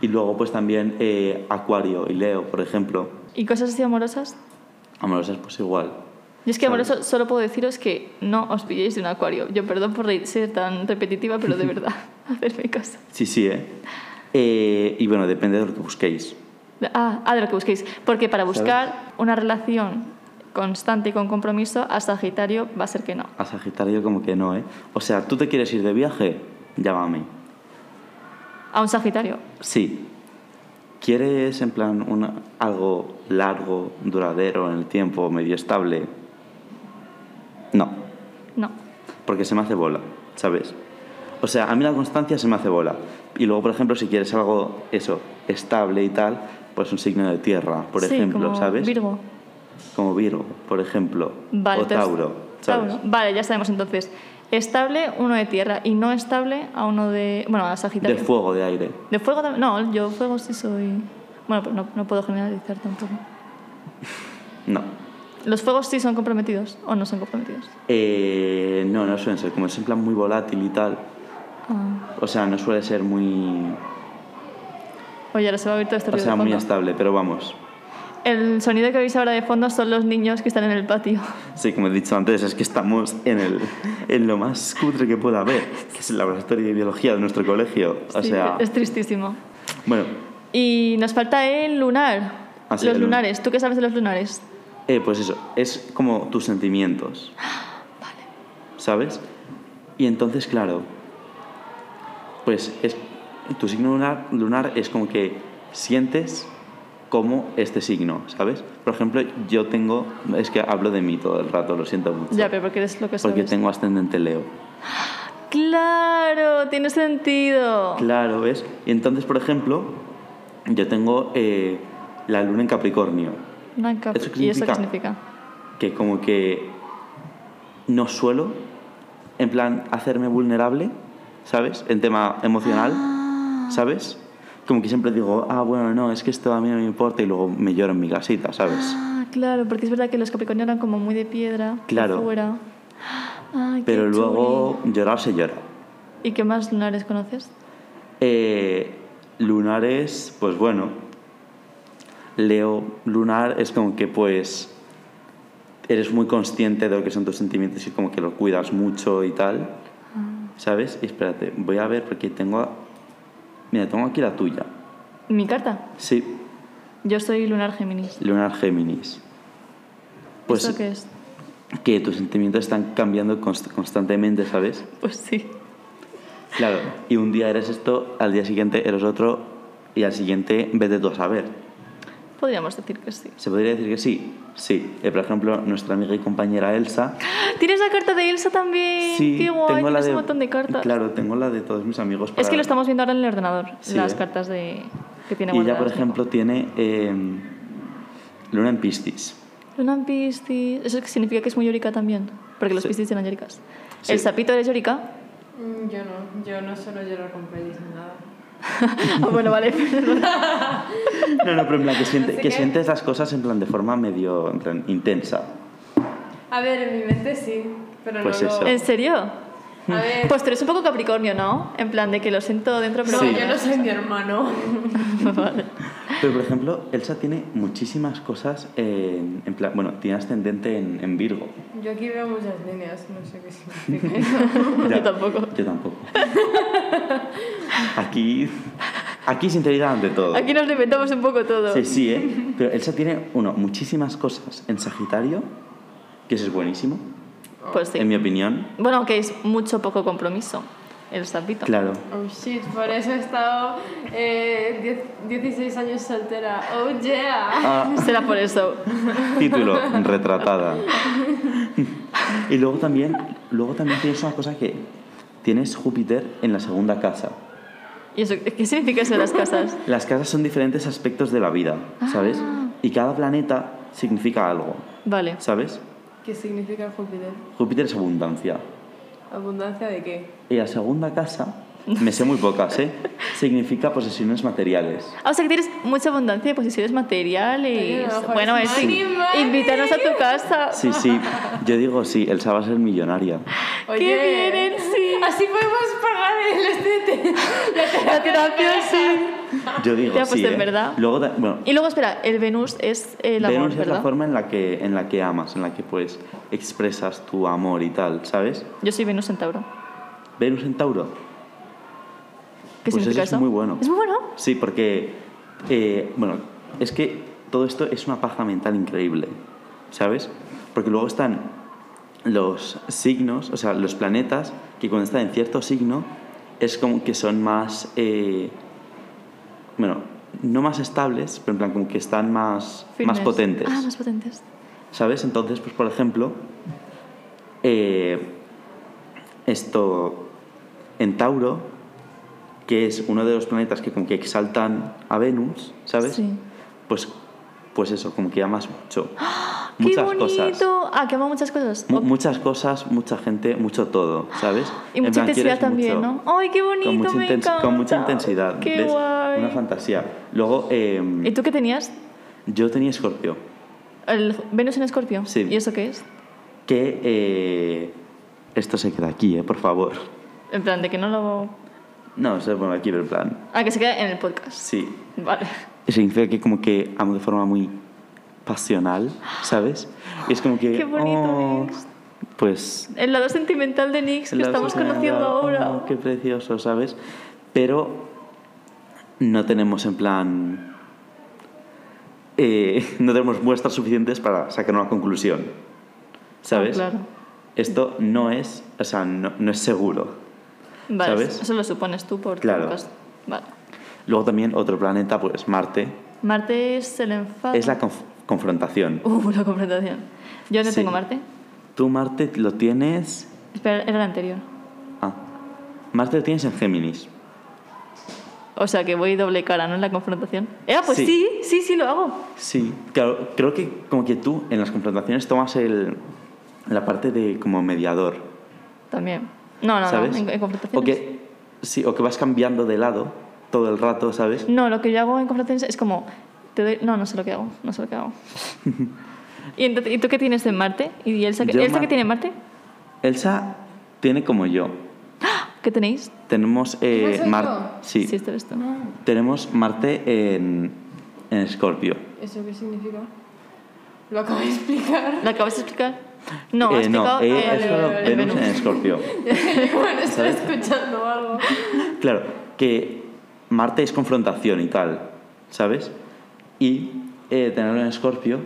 S2: y luego pues también eh, Acuario y Leo, por ejemplo,
S1: ¿Y cosas así amorosas?
S2: amorosas pues igual.
S1: Yo es que
S2: Claro.
S1: amoroso solo puedo deciros que no os pilléis de un acuario. Yo perdón por re- ser tan repetitiva, pero de verdad, hacerme caso.
S2: Sí, sí, ¿eh? Eh, y bueno, depende de lo que busquéis.
S1: Ah, ah, de lo que busquéis. Porque para buscar una relación constante y con compromiso, a Sagitario va a ser que no.
S2: A Sagitario como que no, ¿eh? O sea, ¿tú te quieres ir de viaje? Llámame.
S1: A un Sagitario.
S2: Sí. ¿Quieres en plan una- algo largo, duradero en el tiempo, medio estable? No,
S1: No.
S2: porque se me hace bola, ¿sabes? O sea, a mí la constancia se me hace bola. Y luego, por ejemplo, si quieres algo, eso, estable y tal, pues un signo de tierra, por
S1: Sí,
S2: ejemplo,
S1: como
S2: ¿sabes?
S1: Virgo.
S2: Como Virgo, por ejemplo.
S1: Vale,
S2: o
S1: entonces-
S2: Tauro, ¿sabes?
S1: Tauro. Vale, ya sabemos entonces. Estable, uno de tierra. Y no estable, a uno de. Bueno, a
S2: De
S1: Sagitario.
S2: fuego, de aire.
S1: De fuego también. No, yo fuego sí soy. Bueno, pero no, no puedo generalizar tampoco.
S2: No.
S1: ¿Los fuegos sí son comprometidos o no son comprometidos?
S2: Eh, no, no suelen ser. Como es en plan muy volátil y tal.
S1: Ah.
S2: O sea, no suele ser muy.
S1: Oye, ahora se va a oír todo este
S2: O
S1: ruido
S2: sea,
S1: de
S2: muy
S1: fondo.
S2: estable, pero vamos.
S1: El sonido que oís ahora de fondo son los niños que están en el patio.
S2: Sí, como he dicho antes, es que estamos en, el, en lo más cutre que pueda haber, que es el laboratorio de biología de nuestro colegio. O
S1: Sí,
S2: sea,
S1: Es tristísimo.
S2: bueno,
S1: Y nos falta el lunar.
S2: Ah, sí,
S1: los
S2: el lunar.
S1: lunares. ¿Tú qué sabes de los lunares?
S2: eh, pues eso, es como tus sentimientos.
S1: Ah,
S2: Vale. ¿Sabes? Y entonces, claro, pues es, tu signo lunar, lunar es como que sientes como este signo, ¿sabes? Por ejemplo, yo tengo, es que hablo de mí todo el rato, lo siento mucho.
S1: Ya, pero porque eres lo que sabes.
S2: porque tengo ascendente Leo.
S1: Claro, tiene sentido.
S2: Claro, ¿ves? Y entonces, por ejemplo, yo tengo eh, la luna en Capricornio,
S1: Blanca.
S2: ¿Eso qué
S1: ¿Y eso qué
S2: significa?
S1: significa?
S2: que como que no suelo, en plan, hacerme vulnerable, ¿sabes? En tema emocional,
S1: Ah.
S2: ¿sabes? Como que siempre digo, ah, bueno, no, es que esto a mí no me importa y luego me lloro en mi casita, ¿sabes?
S1: Ah, claro, porque es verdad que los Capricornio eran como muy de piedra.
S2: Claro.
S1: Fuera. Ay, qué
S2: Pero luego
S1: chuli.
S2: llorar se llora.
S1: ¿Y qué más lunares conoces?
S2: Eh, lunares, pues bueno. Leo lunar es como que pues eres muy consciente de lo que son tus sentimientos y como que lo cuidas mucho y tal.
S1: Ah.
S2: ¿Sabes? Y espérate, voy a ver porque tengo... Mira, tengo aquí la tuya.
S1: Mi carta.
S2: Sí,
S1: Yo soy lunar Géminis.
S2: lunar Géminis. Pues
S1: ¿Eso qué es?
S2: que tus sentimientos están cambiando const- constantemente, ¿sabes?
S1: Pues sí.
S2: Claro, y un día eres esto, al día siguiente eres otro y al siguiente vete tú a saber.
S1: Podríamos decir que sí.
S2: Se podría decir que sí, sí. Eh, por ejemplo, nuestra amiga y compañera Elsa.
S1: ¿Tienes la carta de Elsa también?
S2: Sí,
S1: Qué guay,
S2: tengo la
S1: tienes
S2: de,
S1: un montón de cartas.
S2: Claro, tengo la de todos mis amigos.
S1: Es que
S2: para-
S1: lo estamos viendo ahora en el ordenador,
S2: Sí,
S1: las
S2: ¿eh?
S1: cartas de, que tiene
S2: Y ya,
S1: guardadas.
S2: por ejemplo, tiene eh, Luna en Piscis.
S1: Luna en Piscis. Eso significa que es muy llorica también, porque los
S2: Sí.
S1: Piscis eran llóricas.
S2: Sí.
S1: El sapito eres llorica.
S3: Mm, Yo no, yo no suelo llorar con pelis ni nada.
S1: Ah, bueno, vale.
S2: No, no, pero en plan, que, siente-
S3: Así
S2: que
S3: que-
S2: sientes las cosas en plan de forma medio en plan, intensa.
S3: A ver, en mi mente sí, pero
S2: Pues
S3: no
S2: eso.
S1: ¿En serio?
S3: lo... A ver...
S1: Pues tú eres un poco Capricornio, ¿no? En plan de que lo siento dentro, pero
S3: no,
S2: Sí.
S3: yo no soy mi hermano.
S2: Pero, por ejemplo, Elsa tiene muchísimas cosas en, en plan... Bueno, tiene ascendente en, en Virgo.
S3: Yo aquí veo muchas líneas, no sé qué significa eso.
S1: Yo tampoco.
S2: Yo tampoco. Aquí... Aquí sinceridad ante todo.
S1: Aquí nos lo inventamos un poco todo.
S2: Sí, sí, ¿eh? Pero Elsa tiene, uno, muchísimas cosas en Sagitario, que eso es buenísimo,
S1: Pues sí.
S2: en mi opinión.
S1: Bueno, que es mucho poco compromiso el sapito.
S2: Claro.
S3: Oh shit, por eso he estado eh, 10 16 años soltera. Oh yeah.
S2: Ah,
S1: Será por eso.
S2: título, retratada. Y luego también, luego también tienes una cosa que tienes Júpiter en la segunda casa.
S1: ¿Y eso qué significa eso de las casas?
S2: Las casas son diferentes aspectos de la vida, ¿sabes? Y cada planeta significa algo,
S1: Vale.
S2: ¿sabes?
S3: ¿Qué significa Júpiter?
S2: Júpiter es abundancia.
S3: ¿Abundancia de qué?
S2: Y la segunda casa, me sé muy pocas, ¿eh? Significa posesiones materiales.
S1: Ah, o sea que tienes mucha abundancia de posesiones
S3: Oye, a
S1: materiales.
S3: lo mejor
S1: Bueno,
S3: es
S1: es sí.
S3: money, money.
S1: invítanos a tu casa.
S2: Sí, sí, yo digo sí, Elsa va a ser millonaria.
S1: ¡Qué bien, Elsie!
S3: Así podemos pagar el estete. La
S1: La terapia sí.
S2: Yo digo
S1: Ya, pues,
S2: sí.
S1: en
S2: ¿eh?
S1: verdad.
S2: Luego, ta- bueno,
S1: Y luego espera, el Venus es el amor,
S2: Venus es
S1: ¿verdad?
S2: la forma en la, que, en la que amas, en la que pues expresas tu amor y tal, ¿sabes?
S1: Yo soy Venus Centauro.
S2: Venus en Tauro.
S1: ¿Qué
S2: Pues
S1: significa
S2: eso es
S1: eso?
S2: muy bueno.
S1: Es muy bueno.
S2: Sí, porque, eh, bueno, es que todo esto es una paja mental increíble, ¿sabes? Porque luego están los signos, o sea, los planetas, que cuando están en cierto signo es como que son más, eh, bueno, no más estables, pero en plan como que están más, más
S1: Firmes.
S2: potentes.
S1: Ah, más potentes.
S2: ¿Sabes? Entonces, pues por ejemplo, eh, esto en Tauro, que es uno de los planetas que como que exaltan a Venus, ¿sabes?
S1: Sí.
S2: Pues, pues eso, como que amas mucho.
S1: ¡Ah! ¡Qué
S2: muchas
S1: bonito!
S2: cosas.
S1: Ah, que amo muchas cosas.
S2: Mu-
S1: Ok.
S2: muchas cosas, mucha gente, mucho todo, ¿sabes?
S1: y
S2: En
S1: mucha
S2: plan, quieres
S1: intensidad también,
S2: mucho.
S1: ¿no? ¡Ay, qué bonito!
S2: Con mucha,
S1: me
S2: intens-
S1: encanta.
S2: con mucha intensidad.
S1: ¡Qué
S2: ¿ves?
S1: guay!
S2: Una fantasía. Luego, eh,
S1: ¿Y tú qué tenías?
S2: yo tenía Escorpio.
S1: El Venus en Escorpio.
S2: Sí.
S1: ¿Y eso qué es?
S2: Que eh, esto se queda aquí, ¿eh? Por favor.
S1: En plan, de que no lo.
S2: No, se pone aquí el plan.
S1: Ah, que se queda en el podcast.
S2: Sí.
S1: Vale.
S2: Significa que como que amo de forma muy pasional, ¿sabes? Y es como que...
S1: Qué bonito,
S2: oh,
S1: Nix.
S2: pues...
S1: El lado sentimental de Nix que
S2: la
S1: estamos
S2: sociedad,
S1: conociendo
S2: oh,
S1: ahora.
S2: qué precioso, ¿sabes? Pero no tenemos en plan... eh, no tenemos muestras suficientes para sacar una conclusión, ¿sabes?
S1: Ah, claro.
S2: Esto no es, o sea, no- no es seguro.
S1: Vale,
S2: ¿Sabes?
S1: Eso lo supones tú por tu
S2: Claro.
S1: podcast. Vale.
S2: Luego también otro planeta, pues Marte,
S1: Marte es el enfado.
S2: es la conf- confrontación.
S1: Uh, la confrontación. Yo no
S2: Sí.
S1: tengo Marte.
S2: Tú Marte lo tienes...
S1: Espera, era el anterior.
S2: Ah. Marte lo tienes en Géminis.
S1: O sea que voy doble cara, ¿no? En la confrontación. Eh, pues
S2: Sí.
S1: sí, sí, sí, lo hago.
S2: Sí. Claro, creo que como que tú en las confrontaciones tomas el, la parte de como mediador,
S1: También. No, no,
S2: ¿sabes?
S1: no. En, en
S2: o
S1: confrontaciones.
S2: que, sí, o que vas cambiando de lado todo el rato, ¿sabes?
S1: No, lo que yo hago en confrontaciones es como. Te doy... No, no sé lo que hago. No sé lo que hago. ¿Y, entonces- ¿y tú qué tienes en Marte? ¿Y Elsa, qué-
S2: Yo
S1: Elsa
S2: Mar-
S1: qué tiene en Marte?
S2: Elsa tiene como yo.
S1: ¿Qué tenéis?
S2: Tenemos eh,
S3: soy
S2: Mar-
S3: yo?
S2: sí.
S1: esto es esto.
S2: Tenemos Marte en, en Escorpio.
S3: ¿Eso qué significa? Lo acabo de explicar.
S1: ¿La acabas de explicar? No,
S2: Eh,
S1: has explicado.
S2: no,
S1: eh,
S2: ella
S3: vale,
S2: solo
S3: vale, vale,
S2: Venus en
S1: Venus.
S2: Escorpio.
S3: bueno, estoy escuchando algo.
S2: Claro, que Marte es confrontación y tal, ¿sabes? Y eh, tenerlo en Escorpio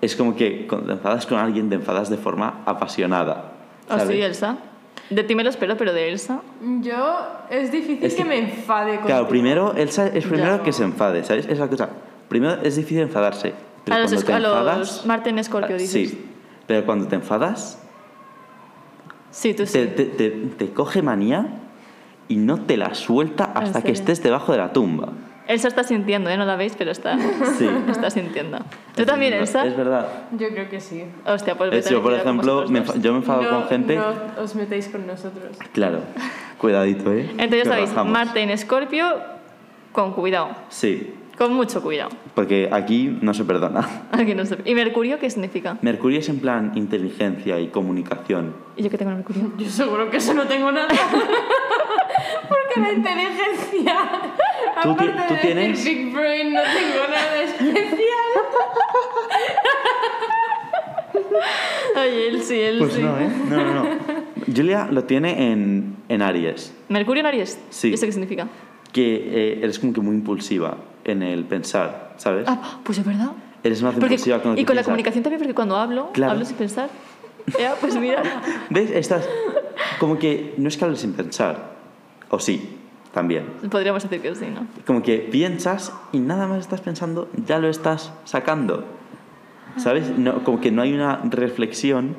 S2: es como que cuando te enfadas con alguien, te enfadas de forma apasionada.
S1: Oh,
S2: ¿sabes?
S1: sí, Elsa. De ti me lo espero, pero de Elsa.
S3: Yo es difícil
S2: Es que-
S3: que me enfade con
S2: Claro, primero Elsa es primero
S1: Ya.
S2: que se enfade, ¿sabes? Es la cosa. Primero es difícil enfadarse. Pero
S1: A los,
S2: cuando te
S1: esco- a los
S2: enfadas- Ah,
S1: Marte en Escorpio, dices.
S2: Sí, pero cuando te enfadas,
S1: Sí, tú sí.
S2: te, te- te- te coge manía y no te la suelta hasta que
S1: serio?
S2: estés debajo de la tumba.
S1: Elsa está sintiendo, ¿eh? No la veis, pero está,
S2: Sí.
S1: está sintiendo. ¿Tú también,
S2: Es
S1: Elsa?
S2: verdad, Es verdad.
S3: Yo creo que sí.
S1: Hostia, pues
S2: Eh,
S1: vete a
S2: yo, por
S1: liquidar con
S2: ejemplo,
S1: vosotros
S2: me
S1: dos.
S2: enfa- yo me enfado
S3: no,
S2: con gente.
S3: No os metáis con nosotros.
S2: Claro, cuidadito, ¿eh?
S1: Entonces
S2: Que
S1: ya sabéis,
S2: rajamos.
S1: Marte en Escorpio, con cuidado,
S2: Sí,
S1: con mucho cuidado.
S2: porque aquí no se perdona.
S1: Aquí no se- ¿Y Mercurio qué significa?
S2: Mercurio es en plan inteligencia y comunicación.
S1: ¿Y yo qué tengo en Mercurio?
S3: Yo seguro que eso no tengo nada. Porque la inteligencia.
S2: Tú ti-
S3: aparte
S2: tú
S3: de decir
S2: tienes-
S3: Big Brain, no tengo nada especial.
S1: Ay, él sí, él sí.
S2: ¿eh? No, no, no. Julia lo tiene en, en Aries,
S1: Mercurio en Aries.
S2: Sí.
S1: ¿Y eso qué significa?
S2: que eh, eres como que muy impulsiva en el pensar, ¿sabes?
S1: Ah, pues es verdad.
S2: Eres más
S1: Porque-
S2: impulsiva con lo
S1: y
S2: que
S1: con la
S2: piensas.
S1: comunicación también, porque cuando hablo,
S2: Claro.
S1: hablo sin pensar. Ya, pues mira.
S2: ¿Ves? Estás como que no es que hables sin pensar, o sí, también.
S1: Podríamos decir que sí, ¿no?
S2: Como que piensas y nada más estás pensando, ya lo estás sacando. ¿Sabes? No, como que no hay una reflexión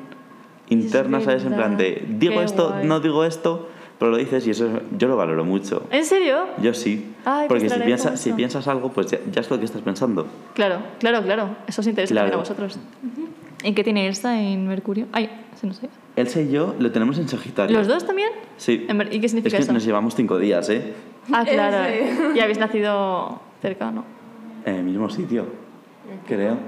S2: interna,
S1: Es
S2: ¿sabes? En plan
S1: verdad.
S2: de, digo
S1: Qué
S2: esto,
S1: guay.
S2: no digo esto, pero lo dices y eso es- yo lo valoro mucho.
S1: ¿En serio?
S2: Yo sí.
S1: Ay, pues te
S2: Porque si,
S1: agradezco
S2: piensas, si
S1: mucho.
S2: piensas algo, pues ya, ya es lo que estás pensando.
S1: Claro, claro, claro. Eso os interesa
S2: Claro.
S1: también a vosotros. ¿En qué tiene Elsa en Mercurio? Ay, se nos ha ido.
S2: Elsa y yo lo tenemos en Sagitario.
S1: ¿Los dos también?
S2: Sí.
S1: En ver- ¿Y qué
S2: Es
S1: significa
S2: que
S1: eso?
S2: nos llevamos cinco días, ¿eh?
S1: Ah, claro.
S3: Ese.
S1: Y habéis nacido cerca, ¿no?
S2: En el mismo sitio, creo.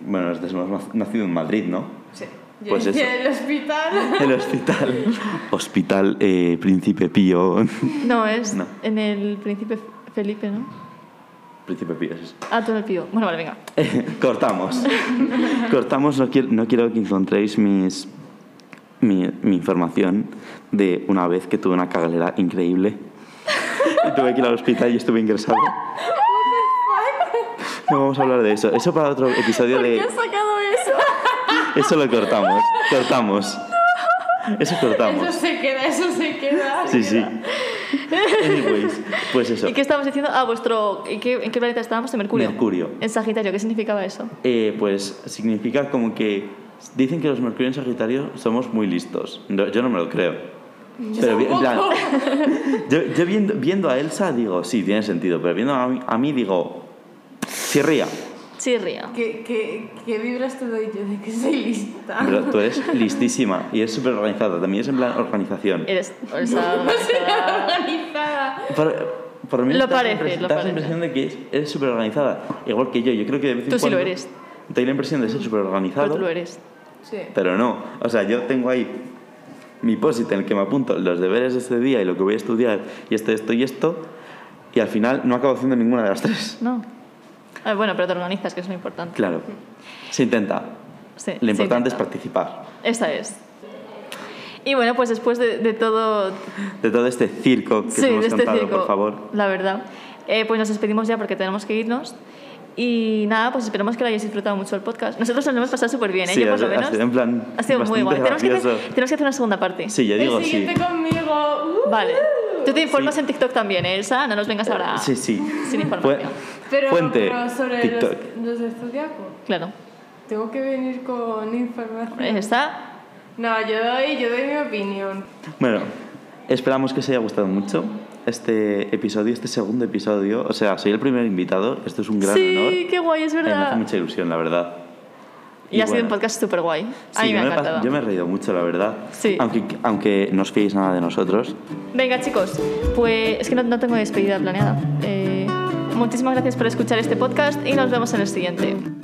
S2: Bueno, nosotros hemos nacido en Madrid, ¿no?
S3: Sí. Yo
S2: Pues
S3: decía
S2: eso.
S3: el hospital.
S2: El hospital. hospital eh, Príncipe Pío.
S1: No, es
S2: No.
S1: en el Príncipe F- Felipe, ¿no?
S2: Príncipe Pío es.
S1: Ah, tú en el Pío. Bueno, vale, venga.
S2: Cortamos. Cortamos, no quiero, no quiero que encontréis mis, mi, mi información de una vez que tuve una cagalera increíble. Y tuve que ir al hospital y estuve ingresado. No vamos a hablar de eso. Eso para otro episodio de...
S1: sacado eso?
S2: Eso lo cortamos. Cortamos. Eso
S3: Eso
S2: cortamos.
S3: se queda, eso se queda.
S2: Sí, sí. Anyways, pues eso.
S1: ¿Y qué estábamos diciendo? Ah, vuestro... ¿En qué, en qué planeta estábamos? En Mercurio.
S2: Mercurio.
S1: En Sagitario. ¿Qué significaba eso?
S2: Eh, pues significa como que dicen que los Mercurio en Sagitario somos muy listos. No, yo no me lo creo. Pero vi- en plan, yo, yo viendo, viendo a Elsa digo, sí, tiene sentido, pero viendo a mí, a mí digo, chirría.
S1: Chirria.
S3: ¿Qué, qué, qué vibras te doy yo de que soy lista?
S2: Pero tú eres listísima y eres súper organizada, también es en plan organización.
S1: Eres... pues, ah, o sea,
S3: No soy nada organizada.
S2: Por, por mí
S1: Lo
S2: das la
S1: parece,
S2: impres-
S1: lo
S2: das
S1: parece.
S2: la impresión de que eres súper organizada, igual que yo. Yo creo que de vez en
S1: Tú sí lo
S2: cuando
S1: eres.
S2: Doy la impresión de ser súper
S1: pero
S2: organizado.
S1: Pues tú lo eres.
S3: Sí.
S2: Pero no, o sea, yo tengo ahí mi post en el que me apunto los deberes de este día y lo que voy a estudiar y esto, esto y esto, y al final no acabo haciendo ninguna de las tres.
S1: No. Ah, bueno, pero te organizas, que es lo importante.
S2: Claro, se intenta.
S1: Sí,
S2: Lo
S1: se
S2: importante es
S1: intenta.
S2: participar.
S1: Esa es. Y bueno, pues después de, de todo,
S2: De todo este circo que
S1: sí,
S2: hemos
S1: de este
S2: cantado,
S1: circo,
S2: por favor.
S1: la verdad, eh, pues nos despedimos ya porque tenemos que irnos. Y nada, pues esperemos que lo hayáis disfrutado mucho el podcast. Nosotros nos lo hemos pasado súper bien, ¿eh?
S2: Sí,
S1: Yo
S2: ha
S1: por lo
S2: sido- ha
S1: menos.
S2: sido en plan
S1: ha sido muy
S2: bastante
S1: guay. Tenemos que, hacer, tenemos
S2: gracioso.
S1: que hacer una segunda parte.
S2: Sí, yo digo
S3: el
S2: sí.
S3: siguiente conmigo. Uh.
S1: Vale. Tú te informas
S2: Sí.
S1: en TikTok también, ¿eh, Elsa. No nos vengas ahora
S2: Sí, sí.
S1: sin información.
S3: Pero,
S2: Fuente,
S3: pero sobre
S2: TikTok.
S3: los, los del zodiaco.
S1: Claro.
S3: Tengo que venir con información.
S1: Elsa,
S3: No, yo doy, yo doy mi opinión.
S2: Bueno, esperamos que os haya gustado mucho este episodio, este segundo episodio. O sea, soy el primer invitado, esto es un gran
S1: sí,
S2: honor.
S1: qué guay, es
S2: A mí me hace
S1: verdad.
S2: mucha ilusión, la verdad.
S1: Y, ha sido un podcast súper guay. A mí me ha encantado.
S2: yo me he reído mucho, la verdad.
S1: Sí.
S2: Aunque, aunque no os fiéis nada de nosotros.
S1: Venga, chicos, pues es que no, no tengo despedida planeada. Eh, muchísimas gracias por escuchar este podcast y nos vemos en el siguiente.